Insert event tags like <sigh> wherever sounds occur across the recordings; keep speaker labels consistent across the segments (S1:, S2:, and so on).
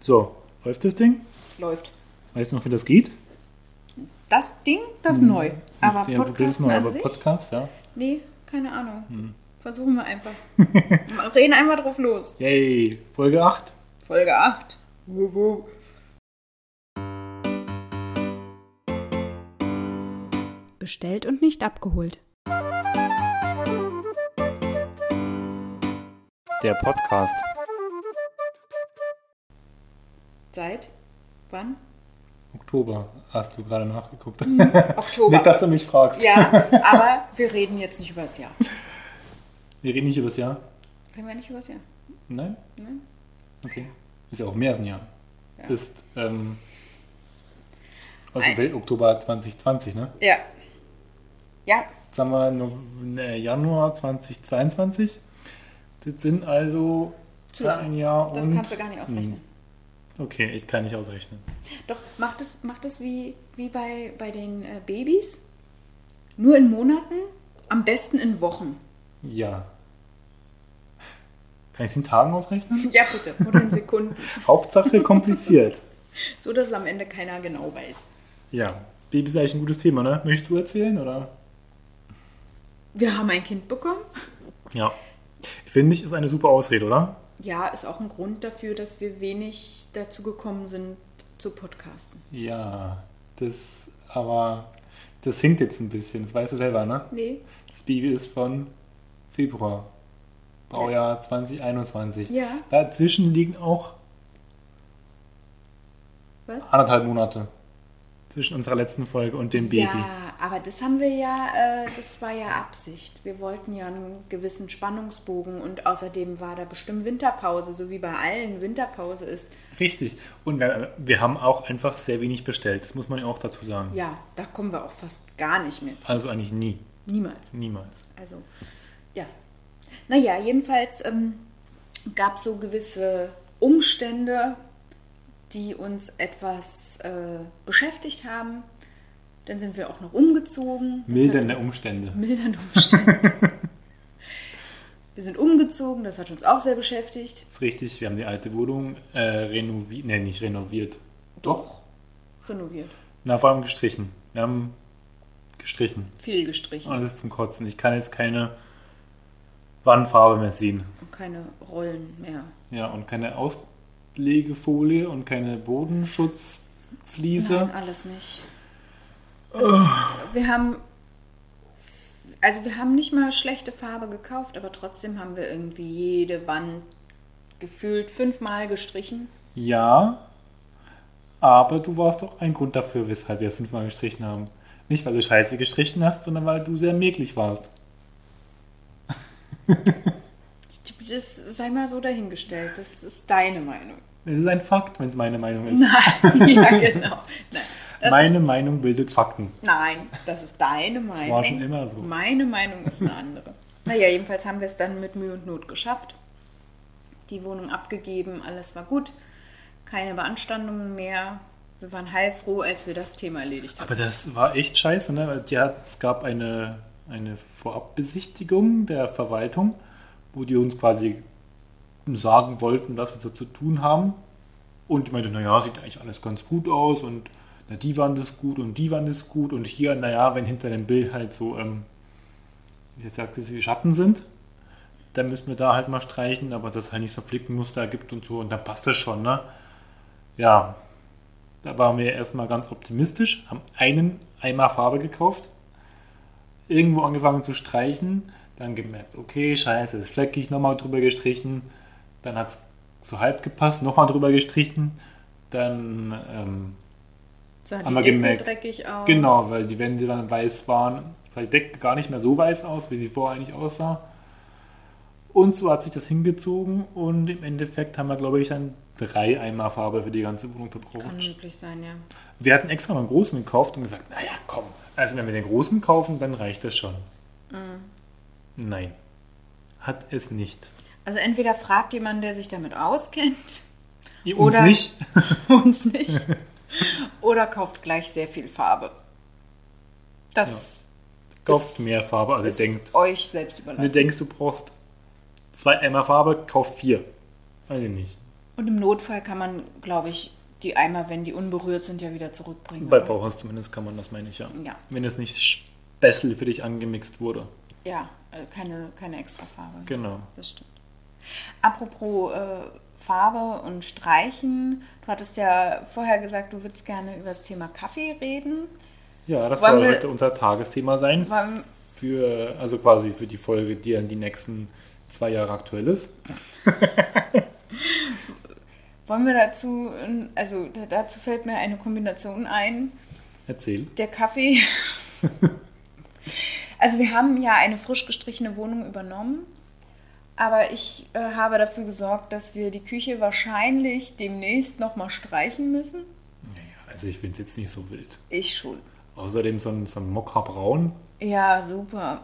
S1: So, läuft das Ding?
S2: Läuft.
S1: Weißt du noch, wie das geht?
S2: Das Ding, das ist neu. Aber
S1: Hm. Ja, das
S2: Podcast
S1: ist neu,
S2: an
S1: aber Hm.
S2: sich?
S1: Podcast, ja.
S2: nee, keine Ahnung. Versuchen
S1: <laughs>
S2: wir einfach. Reden einfach drauf los.
S1: Yay, Folge 8.
S2: Folge 8.
S3: Bestellt und nicht abgeholt.
S4: Der Podcast.
S2: Seit wann?
S1: <laughs> Oktober hast du gerade
S2: <laughs>
S1: nachgeguckt.
S2: Oktober.
S1: Nicht, dass du mich fragst.
S2: ja, aber wir reden jetzt nicht über das Jahr.
S1: Wir reden nicht über das Jahr.
S2: Reden wir nicht über das Jahr?
S1: Nein?
S2: Nein.
S1: Okay. Ist ja auch mehr als ein Jahr.
S2: Ja.
S1: Ist, ähm, also
S2: Ein-
S1: Wel- Oktober 2020, ne?
S2: Ja. Ja,
S1: Sagen wir Nov- ne, Januar 2022. Das sind also
S2: Zu lang.
S1: ein Jahr
S2: das
S1: und... Hm.
S2: kannst du gar nicht ausrechnen.
S1: Okay, ich kann nicht ausrechnen.
S2: Doch, mach das, mach das wie, wie bei, bei den äh, Babys. Nur in Monaten, am besten in Wochen. <laughs>
S1: Ja. Kann ich es in Tagen ausrechnen?
S2: Ja, bitte. Oder in Sekunden.
S1: Hauptsache kompliziert.
S2: So, dass es am Ende keiner genau weiß.
S1: <laughs> Ja, Babys ist eigentlich ein gutes Thema, ne? Möchtest du erzählen, oder?
S2: Wir haben ein Kind bekommen.
S1: Ja. Finde ich, ist eine super Ausrede, oder?
S2: Ja, ist auch ein Grund dafür, dass wir wenig dazu gekommen sind zu podcasten.
S1: Ja, das, aber das hinkt jetzt ein bisschen, das weißt du selber, ne?
S2: Nee.
S1: Das Baby ist von Februar, Baujahr 2021.
S2: Ja,
S1: Dazwischen liegen auch
S2: was?
S1: anderthalb Monate zwischen unserer letzten Folge und dem Baby.
S2: Ja, aber das haben wir ja, äh, das war ja Absicht. Wir wollten ja einen gewissen Spannungsbogen und außerdem war da bestimmt Winterpause, so wie bei allen Winterpause ist.
S1: Richtig. Und wir, wir haben auch einfach sehr wenig bestellt, das muss man ja auch dazu sagen.
S2: Ja, da kommen wir auch fast gar nicht mit.
S1: Also eigentlich nie,
S2: Niemals.
S1: niemals.
S2: Also, ja. Naja, jedenfalls ähm, gab es so gewisse Umstände, die uns etwas äh, beschäftigt haben. Dann sind wir auch noch umgezogen. Das hat-
S1: Mildernde Umstände.
S2: <laughs> Mildernde Umstände. wir sind umgezogen, das hat uns auch sehr beschäftigt.
S1: ist richtig, wir haben die alte Wohnung äh, renoviert, ne, nicht renoviert. Doch.
S2: Renoviert.
S1: Na, vor allem gestrichen. Wir haben gestrichen.
S2: Viel gestrichen.
S1: Und das ist zum Kotzen. Ich kann jetzt keine Wandfarbe mehr sehen.
S2: Und keine Rollen mehr.
S1: Ja, und keine Auslegefolie und keine Bodenschutzfliese.
S2: Nein, alles nicht. Also, wir haben. Also wir haben nicht mal schlechte Farbe gekauft, aber trotzdem haben wir irgendwie jede Wand gefühlt fünfmal gestrichen.
S1: Ja, aber du warst doch ein Grund dafür, weshalb wir fünfmal gestrichen haben. Nicht, weil du scheiße gestrichen hast, sondern weil du sehr mäglich warst.
S2: Das sei mal so dahingestellt. Das ist deine Meinung. <laughs>
S1: Es ist ein Fakt, wenn es meine Meinung ist.
S2: Nein, ja genau. Nein, das
S1: meine Meinung bildet Fakten.
S2: Ist, nein, das ist deine Meinung.
S1: Das war schon immer so.
S2: Meine Meinung ist eine andere. Naja, jedenfalls haben wir es dann mit Mühe und Not geschafft. Die Wohnung abgegeben, alles war gut. Keine Beanstandungen mehr. Wir waren heilfroh, als wir das Thema erledigt haben.
S1: Aber das war echt scheiße, ne? Weil Die hat, es gab eine, eine Vorabbesichtigung der Verwaltung, wo die uns quasi sagen wollten, was wir so zu tun haben. Und ich meinte, naja, sieht eigentlich alles ganz gut aus und na, die Wand ist gut und die Wand ist gut und hier, naja, wenn hinter dem Bild halt so, ähm, jetzt sagte sie, Schatten sind, dann müssen wir da halt mal streichen, aber das halt nicht so Flickenmuster gibt und so und dann passt das schon, ne? Ja, da waren wir erstmal ganz optimistisch, haben einen Eimer Farbe gekauft, irgendwo angefangen zu streichen, dann gemerkt, okay, scheiße, ist fleckig, nochmal drüber gestrichen, dann hat es so halb gepasst, nochmal drüber gestrichen, dann ähm,
S2: Sah
S1: haben wir
S2: Decke
S1: gemerkt.
S2: dreckig aus.
S1: Genau, weil die Wände dann weiß waren. Sah die Decke gar nicht mehr so weiß aus, wie sie vorher eigentlich aussah. Und so hat sich das hingezogen und im Endeffekt haben wir, glaube ich, dann drei Eimer Farbe für die ganze Wohnung
S2: Kann
S1: verbraucht.
S2: möglich sein, ja.
S1: Wir hatten extra mal einen großen gekauft und gesagt, naja, komm, also wenn wir den großen kaufen, dann reicht das schon.
S2: Mhm.
S1: Nein, hat es nicht.
S2: Also entweder fragt jemand, der sich damit auskennt, <laughs>
S1: Ihr uns
S2: Oder-
S1: nicht?
S2: uns nicht, oder kauft gleich sehr viel Farbe. Das
S1: <laughs> Kauft mehr Farbe, als ihr
S2: ist
S1: denkt.
S2: euch selbst
S1: Wenn du
S2: überlassen.
S1: denkst, du brauchst zwei Eimer Farbe, kauf vier. Weiß ich nicht.
S2: Und im Notfall kann man, glaube ich, die Eimer, wenn die unberührt sind, ja wieder zurückbringen.
S1: Bei
S2: oder?
S1: Bauhaus zumindest kann man das, meine ich ja.
S2: Ja.
S1: Wenn es nicht special für dich angemixt wurde.
S2: Ja, äh, keine, keine extra Farbe.
S1: Genau.
S2: Das stimmt. Apropos äh, Farbe und Streichen, du hattest ja vorher gesagt, du würdest gerne über das Thema Kaffee reden.
S1: Ja, das
S2: Wollen
S1: soll
S2: wir-
S1: heute unser Tagesthema sein.
S2: Wollen-
S1: Für, also quasi für die Folge, die dann die nächsten zwei Jahre aktuell ist.
S2: Wollen wir dazu, äh, also da- dazu fällt mir eine Kombination ein,
S1: Erzähl.
S2: der Kaffee. also wir haben ja eine frisch gestrichene Wohnung übernommen, aber ich äh, habe dafür gesorgt, dass wir die Küche wahrscheinlich demnächst nochmal streichen müssen.
S1: Naja, also ich finde es jetzt nicht so wild.
S2: Ich schon.
S1: Außerdem so ein, so ein Mokka Braun.
S2: Ja, super.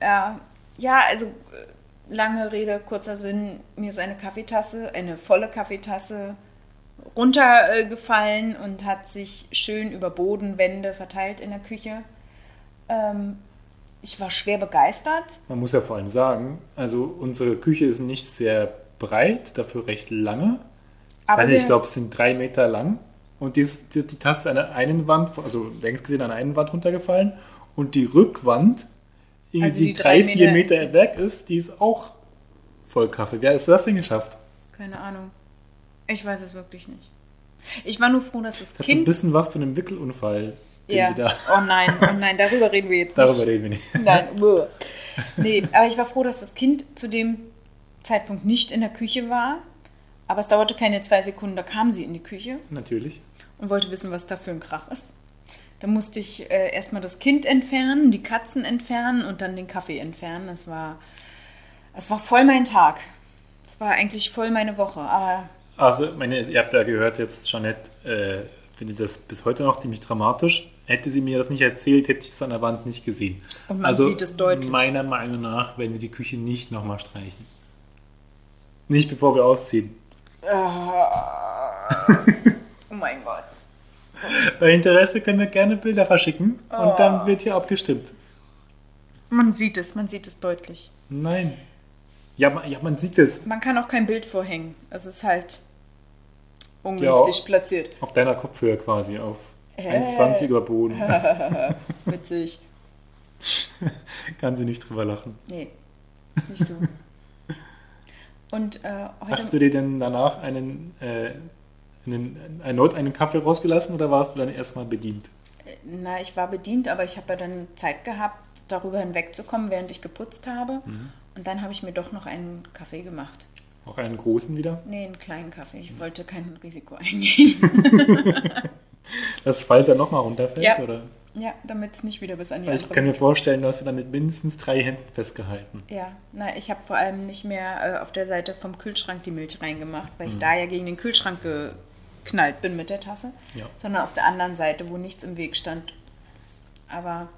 S2: Ja, ja, also äh, lange Rede, kurzer Sinn. Mir ist eine Kaffeetasse, eine volle Kaffeetasse runtergefallen und hat sich schön über Bodenwände verteilt in der Küche. Ähm, ich war schwer begeistert.
S1: Man muss ja vor allem sagen, also unsere Küche ist nicht sehr breit, dafür recht lange.
S2: Aber
S1: also
S2: wir-
S1: ich glaube, es sind drei Meter lang. Und die, ist, die, die Taste an der einen Wand, also längs gesehen an der einen Wand runtergefallen. Und die Rückwand, irgendwie
S2: Also
S1: die,
S2: die
S1: drei,
S2: drei
S1: vier
S2: Meter-
S1: Meter weg ist, die ist auch voll Kaffee. Wer ist das denn geschafft?
S2: Keine Ahnung. Ich weiß es wirklich nicht. Ich war nur froh, dass das
S1: Das hat so ein
S2: Kind.
S1: bisschen was von einem Wickelunfall. den
S2: ja.
S1: wir da- <laughs>
S2: Oh nein, oh nein, darüber reden wir jetzt nicht.
S1: Darüber reden wir nicht. <laughs>
S2: Nein, buh. nee, aber ich war froh, dass das Kind zu dem Zeitpunkt nicht in der Küche war. Aber es dauerte keine zwei Sekunden, da kam sie in die Küche
S1: Natürlich.
S2: und wollte wissen, was da für ein Krach ist. Da musste ich äh, erstmal das Kind entfernen, die Katzen entfernen und dann den Kaffee entfernen. Das war, das war voll mein Tag. Das war eigentlich voll meine Woche. Aber
S1: Also, meine, ihr habt ja gehört, jetzt Jeanette äh, findet das bis heute noch ziemlich dramatisch. Hätte sie mir das nicht erzählt, hätte ich es an der Wand nicht gesehen.
S2: Und man
S1: also,
S2: sieht es deutlich.
S1: meiner Meinung nach werden wir die Küche nicht nochmal streichen. Nicht bevor wir ausziehen.
S2: oh mein Gott.
S1: Bei Interesse können wir gerne Bilder verschicken und
S2: Oh.
S1: dann wird hier abgestimmt.
S2: Man sieht es, man sieht es deutlich.
S1: Nein. Ja, man, ja, man sieht es.
S2: Man kann auch kein Bild vorhängen. Es ist halt ungünstig platziert.
S1: Auf deiner Kopfhöhe quasi, auf
S2: Hä?
S1: 1,20 über Boden.
S2: Witzig.
S1: <laughs> Kann sie nicht drüber lachen. <laughs>
S2: Nee, nicht so. Und äh,
S1: Hast
S2: heute.
S1: du dir denn danach einen, äh, einen, erneut einen Kaffee rausgelassen oder warst du dann erstmal bedient?
S2: Na, ich war bedient, aber ich habe ja dann Zeit gehabt, darüber hinwegzukommen, während ich geputzt habe.
S1: Mhm.
S2: Und dann habe ich mir doch noch einen Kaffee gemacht.
S1: Auch einen großen wieder?
S2: Nee, einen kleinen Kaffee. Ich wollte kein Risiko eingehen. <laughs>
S1: Das falls er nochmal runterfällt?
S2: Ja.
S1: Oder?
S2: ja, damit es nicht wieder bis an die
S1: Weil ich kann
S2: andere.
S1: mir vorstellen, du hast ihn dann mit mindestens drei Händen festgehalten.
S2: Ja, na, ich habe vor allem nicht mehr äh, auf der Seite vom Kühlschrank die Milch reingemacht, weil ich da ja gegen den Kühlschrank geknallt bin mit der Tasse,
S1: Ja.
S2: sondern auf der anderen Seite, wo nichts im Weg stand. Aber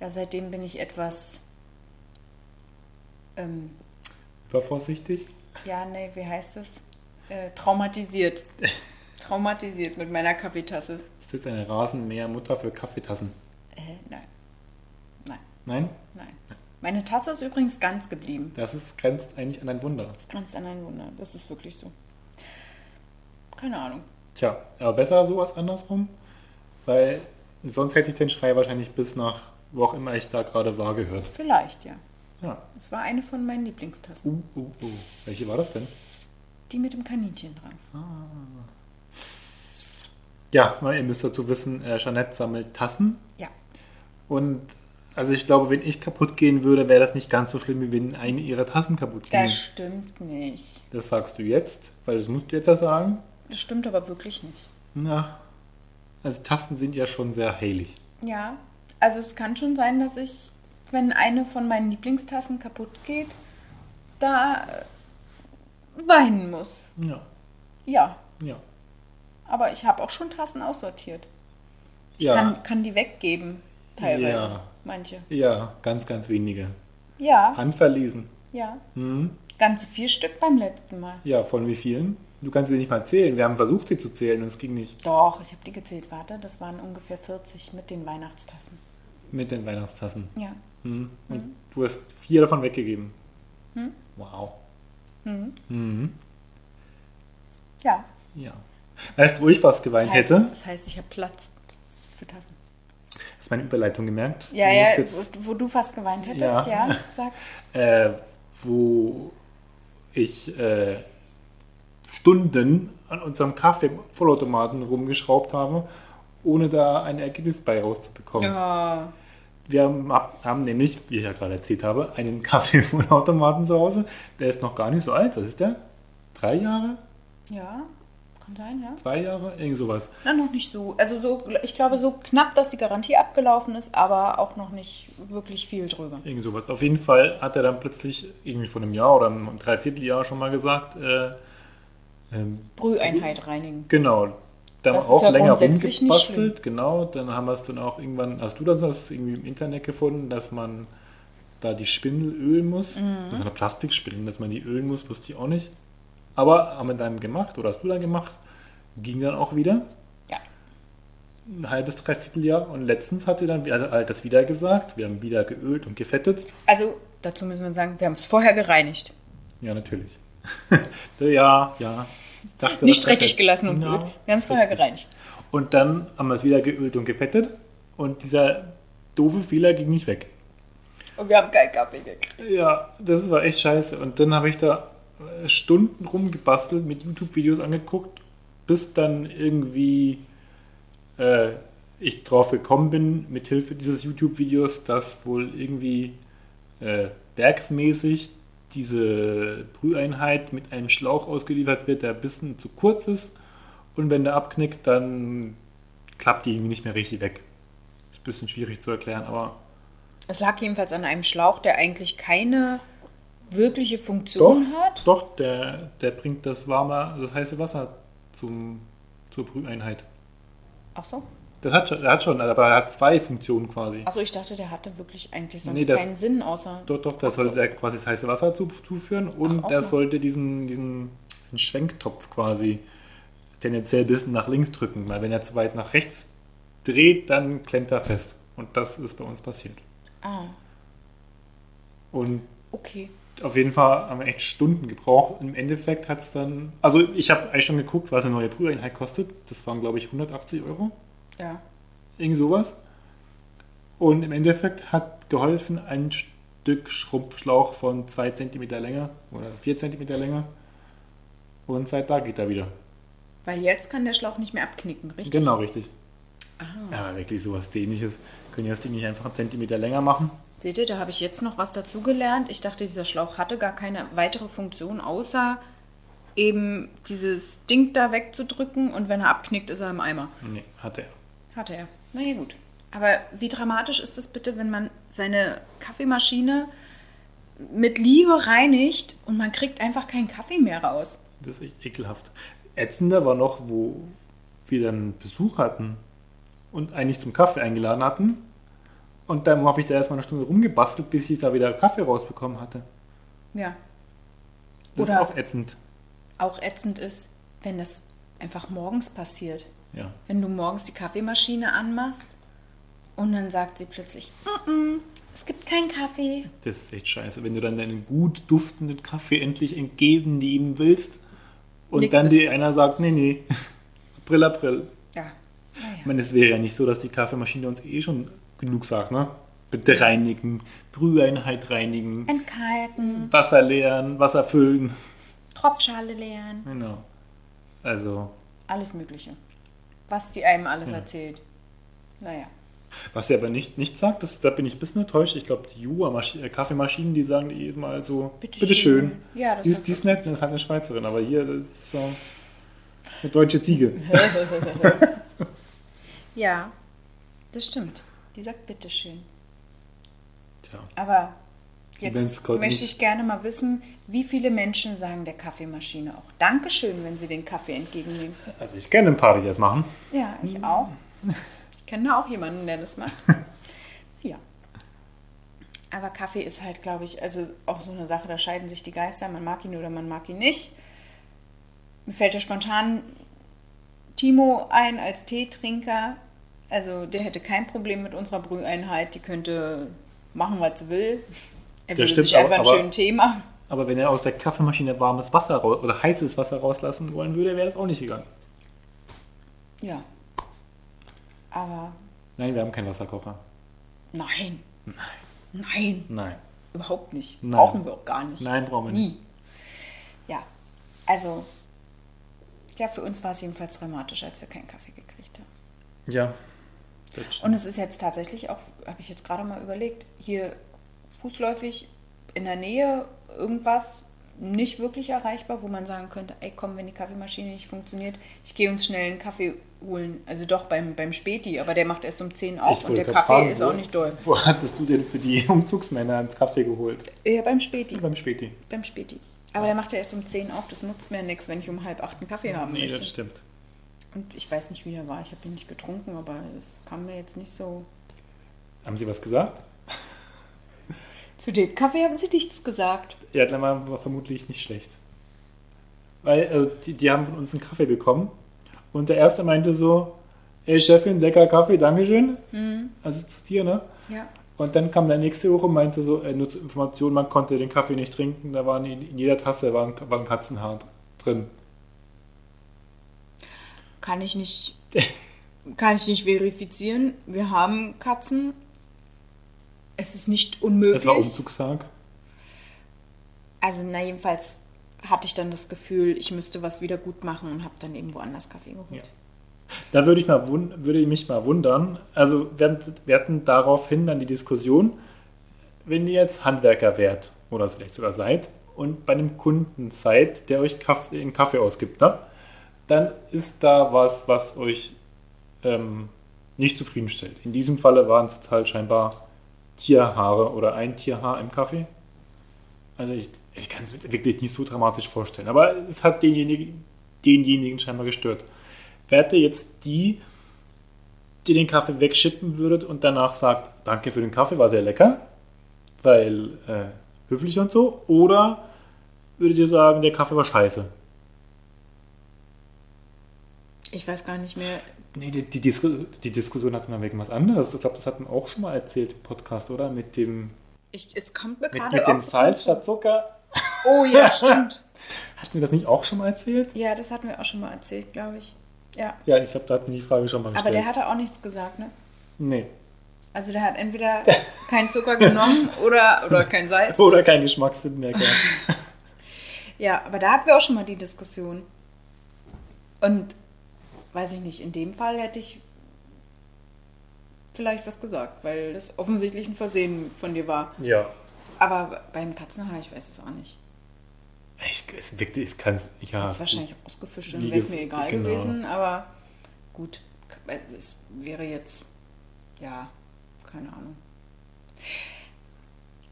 S2: ja, seitdem bin ich etwas, ähm,
S1: Übervorsichtig?
S2: ja, nee, wie heißt es? Äh, traumatisiert. traumatisiert mit meiner Kaffeetasse.
S1: Ist jetzt eine Rasenmähermutter für Kaffeetassen?
S2: Äh, nein, nein,
S1: Nein?
S2: nein. Meine Tasse ist übrigens ganz geblieben.
S1: Das ist, grenzt eigentlich an ein Wunder.
S2: Das grenzt an ein Wunder. Das ist wirklich so. Keine Ahnung.
S1: Tja, aber besser so als andersrum, weil sonst hätte ich den Schrei wahrscheinlich bis nach wo auch immer ich da gerade war gehört.
S2: Vielleicht, ja.
S1: Ja.
S2: Es war eine von meinen Lieblingstassen.
S1: Uh, uh, uh. Welche war das denn?
S2: Die mit dem Kaninchen dran.
S1: Ja, na, Ne, ihr müsst dazu wissen, äh, Jeanette sammelt Tassen.
S2: Ja.
S1: Und also ich glaube, wenn ich kaputt gehen würde, wäre das nicht ganz so schlimm, wie wenn eine ihrer Tassen kaputt ging.
S2: Das
S1: Das,
S2: stimmt nicht.
S1: sagst du jetzt, weil das musst du jetzt ja sagen.
S2: Das stimmt aber wirklich nicht.
S1: Na, also Tassen sind ja schon sehr heilig.
S2: Ja. Also es kann schon sein, dass ich, wenn eine von meinen Lieblingstassen kaputt geht, da äh, weinen muss.
S1: Ja,
S2: Ja.
S1: ja.
S2: Aber ich habe auch schon Tassen aussortiert. Ich
S1: Ja,
S2: kann, kann die weggeben, teilweise.
S1: Ja.
S2: Manche.
S1: ja, ganz, ganz wenige.
S2: Ja,
S1: Handverlesen.
S2: ja.
S1: Hm?
S2: Ganze vier Stück beim letzten Mal.
S1: Ja, von wie vielen? Du kannst sie nicht mal zählen. Wir haben versucht, sie zu zählen und es ging nicht
S2: Doch, ich habe die gezählt. Warte, das waren ungefähr 40 mit den Weihnachtstassen.
S1: mit den Weihnachtstassen.
S2: Ja.
S1: Hm? Und du hast vier
S2: Hm?
S1: davon weggegeben. Wow. Mhm.
S2: Ja.
S1: Ja. Weißt du, wo ich was geweint
S2: das heißt,
S1: hätte?
S2: Das heißt, ich habe Platz für Tassen.
S1: Hast meine Überleitung gemerkt?
S2: Ja,
S1: Du
S2: ja,
S1: musst jetzt,
S2: wo, wo du fast geweint hättest,
S1: Ja.
S2: ja. Sag.
S1: äh, wo ich äh, Stunden an unserem Kaffee-Vollautomaten rumgeschraubt habe, ohne da ein Ergebnis bei rauszubekommen.
S2: <laughs> Ja.
S1: Wir haben, hab- haben nämlich, wie ich ja gerade erzählt habe, einen Kaffee-Vollautomaten zu Hause. Der ist noch gar nicht so alt. Was ist der? Drei Jahre?
S2: ja, kann sein, ja.
S1: Zwei Jahre? Irgend sowas.
S2: Na, noch nicht so. Also so, ich glaube, so knapp, dass die Garantie abgelaufen ist, aber auch noch nicht wirklich viel drüber.
S1: Irgend sowas. Auf jeden Fall hat er dann plötzlich irgendwie vor einem Jahr oder einem Dreivierteljahr schon mal gesagt, äh, ähm,
S2: Brüheinheit reinigen.
S1: genau, da haben
S2: Das
S1: wir
S2: ist
S1: auch
S2: ja
S1: länger
S2: grundsätzlich nicht
S1: rumgebastelt, genau, dann haben wir es dann auch irgendwann, hast du das irgendwie im Internet gefunden, dass man da die Spindel ölen muss,
S2: Mhm.
S1: das ist eine Plastikspindel, dass man die ölen muss, wusste ich auch nicht, aber haben wir dann gemacht oder hast du dann gemacht, ging dann auch wieder
S2: Ja.
S1: ein halbes, Dreivierteljahr und letztens hat er dann wieder- hat das wieder gesagt, wir haben wieder geölt und gefettet
S2: Also dazu müssen wir sagen, wir haben es vorher gereinigt.
S1: Ja, natürlich. ja, ja. Ich dachte,
S2: nicht
S1: das wäre-
S2: dreckig gelassen und
S1: Genau.
S2: ölt. Wir haben es vorher
S1: Richtig.
S2: gereinigt.
S1: Und dann haben wir es wieder geölt und gefettet. Und dieser doofe Fehler ging nicht weg.
S2: Und wir haben keinen Kaffee gekriegt.
S1: Ja, das war echt scheiße. Und dann habe ich da äh, Stunden rumgebastelt, mit YouTube-Videos angeguckt, bis dann irgendwie äh, ich drauf gekommen bin, mithilfe dieses YouTube-Videos, dass wohl irgendwie äh, werksmäßig diese Brüheinheit mit einem Schlauch ausgeliefert wird, der ein bisschen zu kurz ist. Und wenn der abknickt, dann klappt die irgendwie nicht mehr richtig weg. Ist ein bisschen schwierig zu erklären, aber
S2: Es lag jedenfalls an einem Schlauch, der eigentlich keine wirkliche Funktion hat.
S1: Doch, der, der bringt das warme, das heiße Wasser zum, zur Brüheinheit.
S2: Ach so.
S1: Das hat schon, der hat schon, aber er hat zwei Funktionen quasi.
S2: Ach so, ich dachte, der hatte wirklich eigentlich sonst
S1: Nee, das-
S2: keinen Sinn, außer
S1: Doch, doch, der sollte er quasi das heiße Wasser zu, zuführen
S2: Ach,
S1: und
S2: auch
S1: der
S2: noch.
S1: sollte diesen, diesen, diesen Schwenktopf quasi tendenziell ein bisschen nach links drücken, weil wenn er zu weit nach rechts dreht, dann klemmt er fest. Und das ist bei uns passiert.
S2: Ah,
S1: Und
S2: okay.
S1: auf jeden Fall haben wir echt Stunden gebraucht. Im Endeffekt hat es dann, also ich habe eigentlich schon geguckt, was eine neue Brüheinheit kostet. Das waren, glaube ich, 180 Euro.
S2: Ja.
S1: Irgend sowas. Und im Endeffekt hat geholfen ein Stück Schrumpfschlauch von 2 cm Länge oder 4 cm Länge. Und seit da geht er wieder.
S2: Weil jetzt kann der Schlauch nicht mehr abknicken, richtig?
S1: Genau, richtig. Aber wirklich sowas Dämliches. Können wir das Ding nicht einfach einen Zentimeter länger machen?
S2: Seht ihr, da habe ich jetzt noch was dazugelernt. Ich dachte, dieser Schlauch hatte gar keine weitere Funktion, außer eben dieses Ding da wegzudrücken und wenn er abknickt, ist er im Eimer.
S1: Nee, hat er.
S2: Hatte er. Na ja, gut. Aber wie dramatisch ist es bitte, wenn man seine Kaffeemaschine mit Liebe reinigt und man kriegt einfach keinen Kaffee mehr raus?
S1: Das ist echt ekelhaft. Ätzender war noch, wo wir dann Besuch hatten und eigentlich zum Kaffee eingeladen hatten. Und dann habe ich da erstmal eine Stunde rumgebastelt, bis ich da wieder Kaffee rausbekommen hatte.
S2: Ja.
S1: Das
S2: Oder-
S1: ist auch ätzend.
S2: Auch ätzend ist, wenn das einfach morgens passiert.
S1: Ja.
S2: wenn du morgens die Kaffeemaschine anmachst und dann sagt sie plötzlich, "Mm, mm, es gibt keinen Kaffee.
S1: Das ist echt scheiße, wenn du dann deinen gut duftenden Kaffee endlich entgegennehmen willst und
S2: Nix
S1: dann
S2: ist.
S1: dir einer sagt, nee, nee, <laughs> April, April.
S2: Ja.
S1: Ich meine, es wäre ja nicht so, dass die Kaffeemaschine uns eh schon genug sagt, ne? Bitte reinigen, Brüheinheit reinigen,
S2: Entkalken,
S1: Wasser leeren, Wasser füllen.
S2: Tropfschale leeren,
S1: Genau. Also,
S2: alles Mögliche. Was die einem alles erzählt. Naja.
S1: was sie aber nicht, nicht sagt, das, da bin ich ein bisschen enttäuscht. Ich glaube, die Jura-Kaffeemaschinen, die sagen jedes Mal so,
S2: Bitte
S1: schön.
S2: schön. Ja, das
S1: die, ist,
S2: hat-
S1: die ist nett, das ist halt eine Schweizerin, aber hier, das ist so eine deutsche
S2: <laughs>
S1: Ziege.
S2: ja, das stimmt. Die sagt bitteschön.
S1: Tja.
S2: Aber
S1: wenn's
S2: jetzt
S1: Gott
S2: möchte
S1: nicht-
S2: ich gerne mal wissen, wie viele Menschen sagen der Kaffeemaschine auch Dankeschön, wenn sie den Kaffee entgegennehmen.
S1: Also ich kenne ein paar, die das machen.
S2: Ja, ich auch. Mhm. Ich kenne da auch jemanden, der das macht. <laughs> Ja. Aber Kaffee ist halt, glaube ich, also auch so eine Sache, da scheiden sich die Geister. Man mag ihn oder man mag ihn nicht. Mir fällt ja spontan Timo ein als Teetrinker. Also der hätte kein Problem mit unserer Brüheinheit. Die könnte machen, was sie will. Er würde
S1: stimmt,
S2: sich einfach
S1: aber-
S2: einen
S1: aber-
S2: schönen Tee machen.
S1: Aber wenn er aus der Kaffeemaschine warmes Wasser raus oder heißes Wasser rauslassen wollen würde, wäre das auch nicht gegangen.
S2: Ja. Aber
S1: Nein, wir haben keinen Wasserkocher.
S2: nein. Nein. Nein.
S1: Nein.
S2: Überhaupt nicht.
S1: Nein.
S2: Brauchen wir auch gar nicht.
S1: Nein, brauchen wir nicht.
S2: Nie. Ja. Also, ja, für uns war es jedenfalls dramatisch, als wir keinen Kaffee gekriegt haben.
S1: Ja. Das
S2: Und
S1: stimmt.
S2: es ist jetzt tatsächlich auch, habe ich jetzt gerade mal überlegt, hier fußläufig in der Nähe irgendwas nicht wirklich erreichbar, wo man sagen könnte, ey komm, wenn die Kaffeemaschine nicht funktioniert, ich gehe uns schnell einen Kaffee holen. Also doch beim, beim Späti, aber der macht erst um 10 auf
S1: Ich
S2: und
S1: wollte
S2: der
S1: grad
S2: Kaffee
S1: fragen,
S2: ist
S1: wo-
S2: auch nicht doll.
S1: Wo hattest du denn für die <laughs> Umzugsmänner einen Kaffee geholt?
S2: Ja, beim Späti.
S1: Beim Späti.
S2: Beim Späti. Aber der macht ja erst um 10 auf, das nutzt mir ja nichts, wenn ich um halb acht einen Kaffee haben
S1: Nee, das
S2: möchte.
S1: stimmt.
S2: Und ich weiß nicht, wie der war. Ich habe ihn nicht getrunken, aber es kam mir jetzt nicht so.
S1: Haben sie was gesagt?
S2: Zu dem Kaffee haben sie nichts gesagt.
S1: Ja, dann war war vermutlich nicht schlecht. Weil also die, die haben von uns einen Kaffee bekommen und der Erste meinte so, ey Chefin, lecker Kaffee, Dankeschön. Also zu dir, ne?
S2: Ja.
S1: Und dann kam der nächste hoch und meinte so, äh, nur zur Information, man konnte den Kaffee nicht trinken, da waren in, in jeder Tasse war ein, war ein Katzenhaar drin.
S2: Kann ich
S1: <laughs>
S2: nicht. kann ich nicht verifizieren. Wir haben Katzen. Es ist nicht unmöglich.
S1: Es war um Umzugstag.
S2: also, na, jedenfalls hatte ich dann das Gefühl, ich müsste was wieder gut machen und habe dann eben woanders Kaffee geholt.
S1: Da würde ich, mal wun- würde ich mich mal wundern. Also wir, hatten- wir hatten daraufhin dann die Diskussion, wenn ihr jetzt Handwerker wärt oder es vielleicht sogar seid und bei einem Kunden seid, der euch Kaffee, einen Kaffee ausgibt, ne? dann ist da was, was euch ähm, nicht zufriedenstellt. In diesem Falle waren es jetzt halt scheinbar Tierhaare oder ein Tierhaar im Kaffee. Also ich, ich kann es mir wirklich nicht so dramatisch vorstellen. Aber es hat denjenigen, denjenigen scheinbar gestört. Wärt ihr jetzt die, die den Kaffee wegschippen würdet und danach sagt, danke für den Kaffee, war sehr lecker, weil äh, höflich und so? Oder würdet ihr sagen, der Kaffee war scheiße?
S2: Ich weiß gar nicht mehr.
S1: Nee, die, die, Disku die Diskussion hatten wir wegen was anderes. Ich glaube, das hatten wir auch schon mal erzählt im Podcast, oder? Mit dem,
S2: Ich, es kommt mir
S1: mit,
S2: gerade.
S1: mit dem
S2: auch-
S1: Salz statt Zucker.
S2: Oh
S1: <laughs>
S2: ja, stimmt.
S1: Hatten wir das nicht auch schon mal erzählt?
S2: ja, das hatten wir auch schon mal erzählt, glaube ich. Ja.
S1: Ja, ich glaube, da hatten wir die Frage schon mal gestellt.
S2: Aber der hatte auch nichts gesagt, ne?
S1: Nee.
S2: Also der hat entweder <laughs> keinen Zucker genommen oder, oder kein Salz.
S1: Oder kein Geschmackssinn mehr gehabt.
S2: Ja, aber da hatten wir auch schon mal die Diskussion. Und weiß ich nicht, in dem Fall hätte ich vielleicht was gesagt, weil das offensichtlich ein Versehen von dir war.
S1: ja.
S2: Aber beim Katzenhaar, ich weiß es auch nicht.
S1: Ich, es wirklich, ich kann ja,
S2: Ist wahrscheinlich ausgefischt und
S1: Ah, Wie
S2: wäre es
S1: ges-
S2: mir egal
S1: genau.
S2: gewesen, aber gut, äh, es wäre jetzt, ja, keine Ahnung.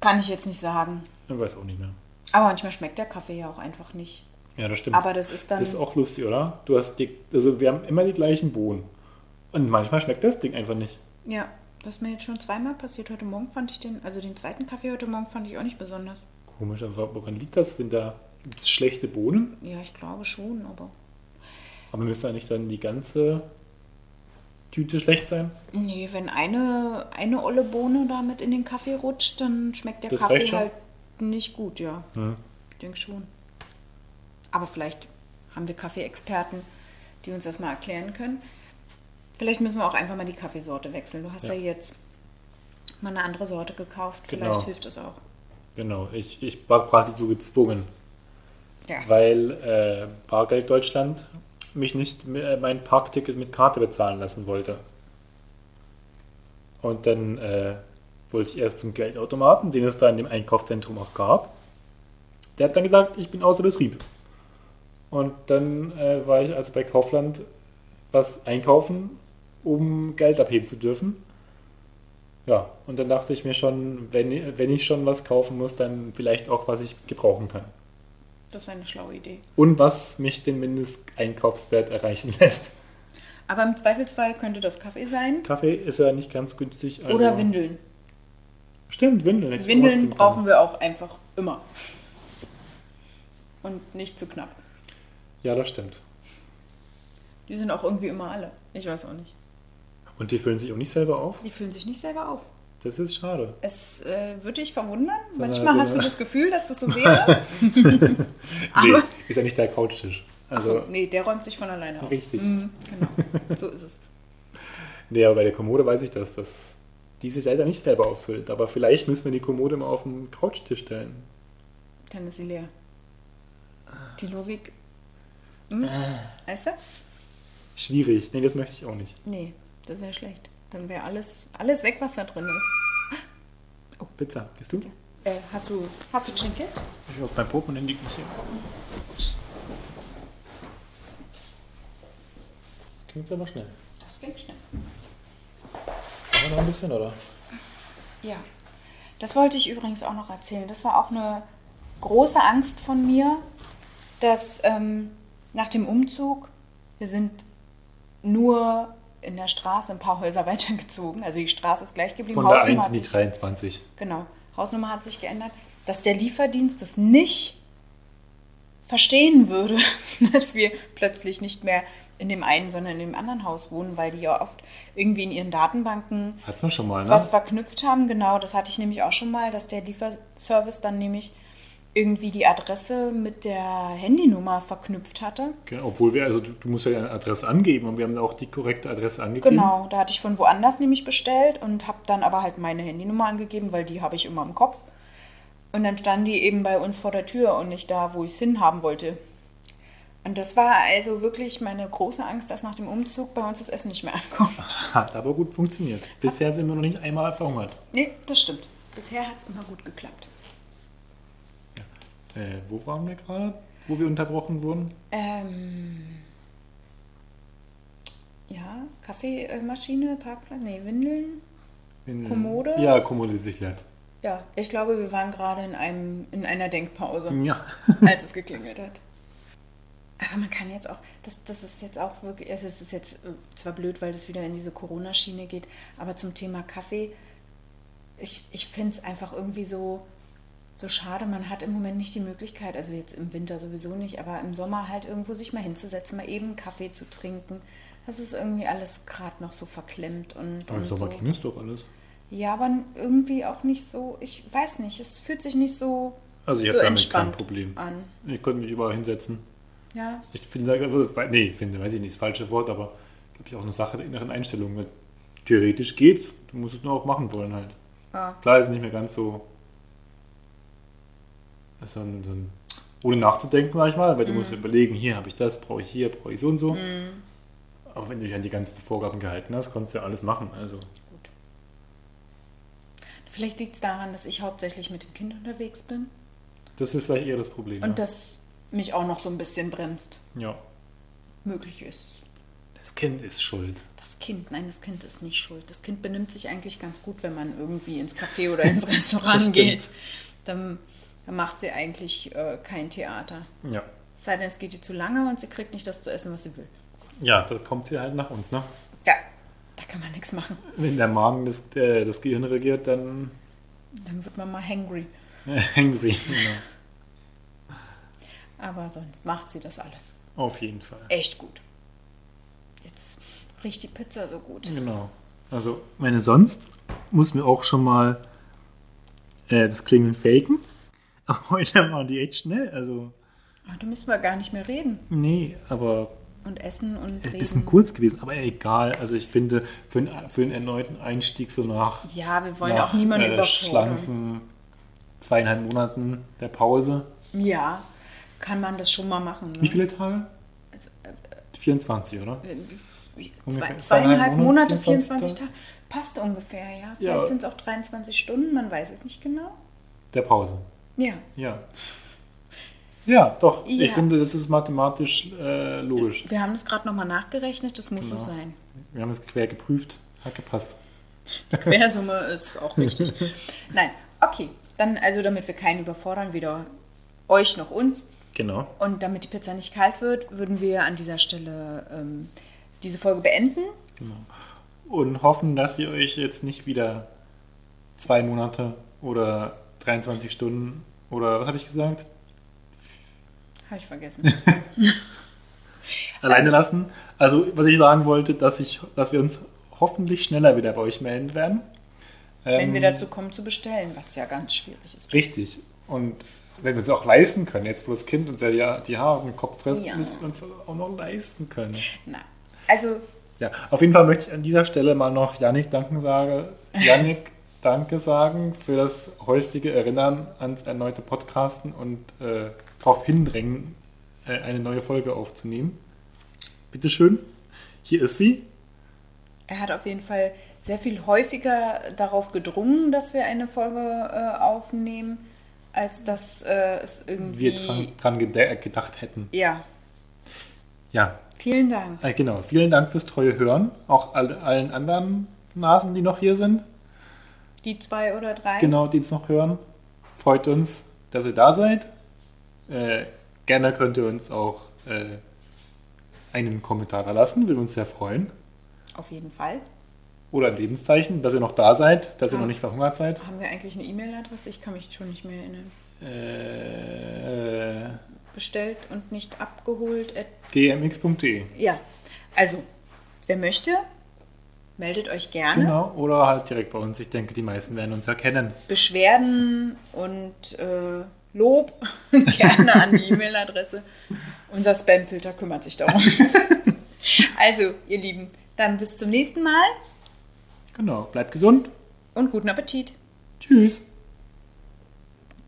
S2: Kann ich jetzt nicht sagen.
S1: Ich weiß auch nicht mehr.
S2: Aber manchmal schmeckt der Kaffee ja auch einfach nicht.
S1: Ja, das stimmt.
S2: Aber das ist dann.
S1: das ist auch lustig, oder? Du hast die, also wir haben immer die gleichen Bohnen. Und manchmal schmeckt das Ding einfach nicht.
S2: Ja, das ist mir jetzt schon zweimal passiert. Heute Morgen fand ich den, also den zweiten Kaffee heute Morgen fand ich auch nicht besonders.
S1: Komisch, aber woran liegt das denn da? Gibt's schlechte Bohnen?
S2: Ja, ich glaube schon, aber.
S1: Aber müsste eigentlich dann die ganze Tüte schlecht sein?
S2: Nee, wenn eine, eine olle Bohne damit in den Kaffee rutscht, dann schmeckt der
S1: Das reicht
S2: Kaffee
S1: schon?
S2: halt nicht gut, ja. Ich denke schon. Aber vielleicht haben wir Kaffeeexperten, die uns das mal erklären können. Vielleicht müssen wir auch einfach mal die Kaffeesorte wechseln. Du hast ja,
S1: Ja.
S2: jetzt mal eine andere Sorte gekauft.
S1: Genau.
S2: Vielleicht hilft das auch.
S1: Genau, ich, ich war quasi so gezwungen,
S2: Ja.
S1: weil äh, Bargeld Deutschland mich nicht mi- äh, mein Parkticket mit Karte bezahlen lassen wollte. Und dann äh, wollte ich erst zum Geldautomaten, den es da in dem Einkaufszentrum auch gab. Der hat dann gesagt, ich bin außer Betrieb. Und dann äh, war ich also bei Kaufland was einkaufen, um Geld abheben zu dürfen. Ja, und dann dachte ich mir schon, wenn, i- wenn ich schon was kaufen muss, dann vielleicht auch, was ich gebrauchen kann.
S2: Das ist eine schlaue Idee.
S1: Und was mich den Mindesteinkaufswert erreichen <laughs> lässt.
S2: Aber im Zweifelsfall könnte das Kaffee sein
S1: Kaffee ist ja nicht ganz günstig. Also
S2: oder Windeln.
S1: Stimmt, Windeln. hätte ich auch noch
S2: Windeln
S1: drin
S2: brauchen
S1: können.
S2: wir auch einfach immer. Und nicht zu knapp.
S1: Ja, das stimmt.
S2: Die sind auch irgendwie immer alle. Ich weiß auch nicht.
S1: Und die füllen sich auch nicht selber auf?
S2: Die füllen sich nicht selber auf.
S1: Das ist schade.
S2: Es äh, würde dich verwundern.
S1: So eine-
S2: Manchmal
S1: so
S2: hast du
S1: eine-
S2: das Gefühl,
S1: <laughs>
S2: dass das so wäre.
S1: Nee,
S2: Aber-
S1: ist ja nicht der Couchtisch. Also,
S2: Achso, nee, der räumt sich von alleine auf.
S1: richtig.
S2: Mhm, genau, so ist es.
S1: Nee, aber bei der Kommode weiß ich das, dass die sich leider nicht selber auffüllt. Aber vielleicht müssen wir die Kommode mal auf den Couchtisch stellen.
S2: Dann ist sie leer. Die Logik. Hm?
S1: Ah.
S2: Weißt du?
S1: Schwierig. Nee, das möchte ich auch nicht.
S2: Nee, das wäre schlecht. Dann wäre alles, alles weg, was da drin ist.
S1: Pizza, gehst du?
S2: Äh, hast du, hast du Trinkgeld?
S1: Ich glaube, mein Pokémon liegt nicht hier. Das klingt aber schnell.
S2: Das ging schnell.
S1: Aber noch ein bisschen, oder?
S2: Ja, das wollte ich übrigens auch noch erzählen. Das war auch eine große Angst von mir, dass ähm, nach dem Umzug, wir sind nur in der Straße ein paar Häuser <laughs> weitergezogen, also die Straße ist gleich geblieben.
S1: Von der
S2: Hausnummer
S1: 1
S2: hat
S1: in die
S2: sich-
S1: 23.
S2: Genau, Hausnummer hat sich geändert, dass der Lieferdienst es nicht verstehen würde, <laughs> dass wir plötzlich nicht mehr in dem einen, sondern in dem anderen Haus wohnen, weil die ja oft irgendwie in ihren Datenbanken
S1: Hat man schon mal, ne?
S2: was verknüpft haben, genau, das hatte ich nämlich auch schon mal, dass der Lieferservice dann nämlich irgendwie die Adresse mit der Handynummer verknüpft hatte.
S1: Genau, obwohl wir, also du, du musst ja eine Adresse angeben und wir haben auch die korrekte Adresse angegeben.
S2: Genau, da hatte ich von woanders nämlich bestellt und habe dann aber halt meine Handynummer angegeben, weil die habe ich immer im Kopf. Und dann standen die eben bei uns vor der Tür und nicht da, wo ich es hinhaben wollte. Und das war also wirklich meine große Angst, dass nach dem Umzug bei uns das Essen nicht mehr ankommt.
S1: <laughs> Hat aber gut funktioniert. Bisher sind wir noch nicht einmal verhungert.
S2: Nee, das stimmt. Bisher hat es immer gut geklappt.
S1: Äh, wo waren wir gerade? Wo wir unterbrochen wurden?
S2: Ähm, ja, Kaffeemaschine, Parkplatz, nee, Windeln.
S1: In, äh,
S2: Kommode?
S1: Ja, Kommode Sichlet.
S2: Ja, ich glaube, wir waren gerade in, einem, in einer Denkpause,
S1: Ja.
S2: als es geklingelt hat. Aber man kann jetzt auch, das, das ist jetzt auch wirklich, also es ist jetzt äh, zwar blöd, weil das wieder in diese Corona-Schiene geht, aber zum Thema Kaffee, ich, ich finde es einfach irgendwie so, so schade. Man hat im Moment nicht die Möglichkeit, also jetzt im Winter sowieso nicht, aber im Sommer halt irgendwo sich mal hinzusetzen, mal eben einen Kaffee zu trinken. Das ist irgendwie alles gerade noch so verklemmt und.
S1: <laughs> Aber im
S2: und
S1: Sommer
S2: so.
S1: ging es doch alles.
S2: Ja, aber irgendwie auch nicht so, ich weiß nicht, es fühlt sich nicht so,
S1: Also ich
S2: so
S1: habe damit
S2: entspannt
S1: kein Problem.
S2: an.
S1: Ich konnte mich überall hinsetzen.
S2: Ja,
S1: Ich finde, also, we- nee, finde, weiß ich nicht, das falsche Wort, aber glaube ich auch eine Sache der inneren Einstellung. Weil Theoretisch geht's. Du musst es nur auch machen wollen halt.
S2: ah,
S1: Klar ist es nicht mehr ganz so, so, ein, so ein, ohne nachzudenken, sag ich mal, weil du musst überlegen, hier habe ich das, brauche ich hier, brauche ich so und so. Aber wenn du dich an die ganzen Vorgaben gehalten hast, konntest du ja alles machen. Also
S2: gut. Vielleicht liegt es daran, dass ich hauptsächlich mit dem Kind unterwegs bin
S1: das ist vielleicht eher das Problem.
S2: und
S1: ja.
S2: das mich auch noch so ein bisschen bremst.
S1: ja.
S2: Möglich ist.
S1: Das Kind ist schuld.
S2: Das Kind, nein, das Kind ist nicht schuld. Das Kind benimmt sich eigentlich ganz gut, wenn man irgendwie ins Café
S1: <laughs>
S2: oder ins
S1: Das
S2: Restaurant
S1: stimmt.
S2: geht. Dann, dann macht sie eigentlich äh, kein Theater.
S1: Ja.
S2: Es sei denn, es geht ihr zu lange und sie kriegt nicht das zu essen, was sie will.
S1: Ja, da kommt sie halt nach uns, ne?
S2: Ja, da kann man nichts machen.
S1: Wenn der Magen das, äh, das Gehirn regiert, dann <laughs>
S2: Dann wird man mal hangry.
S1: angry. Genau.
S2: Aber sonst macht sie das alles
S1: Auf jeden Fall.
S2: echt gut. Jetzt riecht die Pizza so gut.
S1: Genau. Also, meine sonst muss mir auch schon mal äh, das Klingeln faken. <laughs> Aber heute waren die echt schnell. Also,
S2: Ach, da müssen wir gar nicht mehr reden
S1: nee, aber
S2: und essen und
S1: Äh, ein
S2: reden.
S1: bisschen kurz gewesen. Aber egal. Also, ich finde, für, einen- für einen erneuten Einstieg so nach,
S2: Ja, wir wollen
S1: nach
S2: auch niemanden
S1: äh,
S2: überfordern.
S1: schlanken zweieinhalb Monaten der Pause.
S2: Ja, kann man das schon mal machen. Ne?
S1: Wie viele Tage?
S2: Also, äh,
S1: 24, oder?
S2: Zwei,
S1: Ungefähr
S2: zweieinhalb
S1: zweieinhalb
S2: Monate,
S1: Monate,
S2: 24
S1: 24
S2: Tage. Passt ungefähr, ja.
S1: Ja.
S2: Vielleicht sind es auch 23 Stunden, man weiß es nicht genau.
S1: Der Pause.
S2: Ja, <laughs>
S1: Ja. Ja, doch.
S2: Ja.
S1: Ich finde, das ist mathematisch äh, logisch.
S2: wir haben das gerade nochmal nachgerechnet, das muss so
S1: Ja.
S2: sein.
S1: Wir haben es quer geprüft, hat gepasst.
S2: Quersumme ist auch richtig. Nein, okay. Dann, also damit wir keinen überfordern, weder euch noch uns,
S1: <laughs> Genau.
S2: und damit die Pizza nicht kalt wird, würden wir an dieser Stelle ähm, diese Folge beenden.
S1: Und hoffen, dass wir euch jetzt nicht wieder zwei Monate oder 23 Stunden oder was habe ich gesagt?
S2: Habe ich vergessen.
S1: Alleine lassen. Also, was ich sagen wollte, dass, ich, dass wir uns hoffentlich schneller wieder bei euch melden werden.
S2: wenn wir dazu kommen zu bestellen, was ja ganz schwierig ist.
S1: Richtig. Und wenn wir uns auch leisten können, jetzt wo das Kind uns ja die- die Haare im Kopf frisst,
S2: Ja.
S1: müssen wir uns das auch noch leisten können.
S2: Na, also
S1: Ja, auf jeden Fall möchte ich an dieser Stelle mal noch Yannick danken sage. Yannick, danke sagen für das häufige Erinnern ans erneute Podcasten und äh, darauf hindrängen, äh, eine neue Folge aufzunehmen. Bitteschön, hier ist sie.
S2: er hat auf jeden Fall sehr viel häufiger darauf gedrungen, dass wir eine Folge äh, aufnehmen, als dass äh, es irgendwie...
S1: Wir dran, dran gede- äh, gedacht hätten.
S2: ja,
S1: Ja,
S2: vielen Dank.
S1: äh, genau. Vielen Dank fürs treue Hören. Auch all, allen anderen Nasen, die noch hier sind.
S2: Die zwei oder drei.
S1: genau, die es noch hören. Freut uns, dass ihr da seid. Äh, gerne könnt ihr uns auch äh, einen Kommentar da lassen, würde uns sehr freuen.
S2: Auf jeden Fall.
S1: Oder ein Lebenszeichen, dass ihr noch da seid, dass ihr
S2: Ah.
S1: noch nicht verhungert seid.
S2: Haben wir eigentlich eine E-Mail-Adresse? Ich kann mich schon nicht mehr erinnern.
S1: Äh,
S2: Bestellt und nicht abgeholt. at-
S1: gmx.de.
S2: Ja, also, wer möchte, meldet euch gerne.
S1: Genau, oder halt direkt bei uns. Ich denke, die meisten werden uns erkennen.
S2: Beschwerden und äh, Lob <laughs> gerne an die E-Mail-Adresse. Unser Spam-Filter kümmert sich darum. also, ihr Lieben, dann bis zum nächsten Mal
S1: Genau, bleibt gesund.
S2: und guten Appetit.
S1: Tschüss.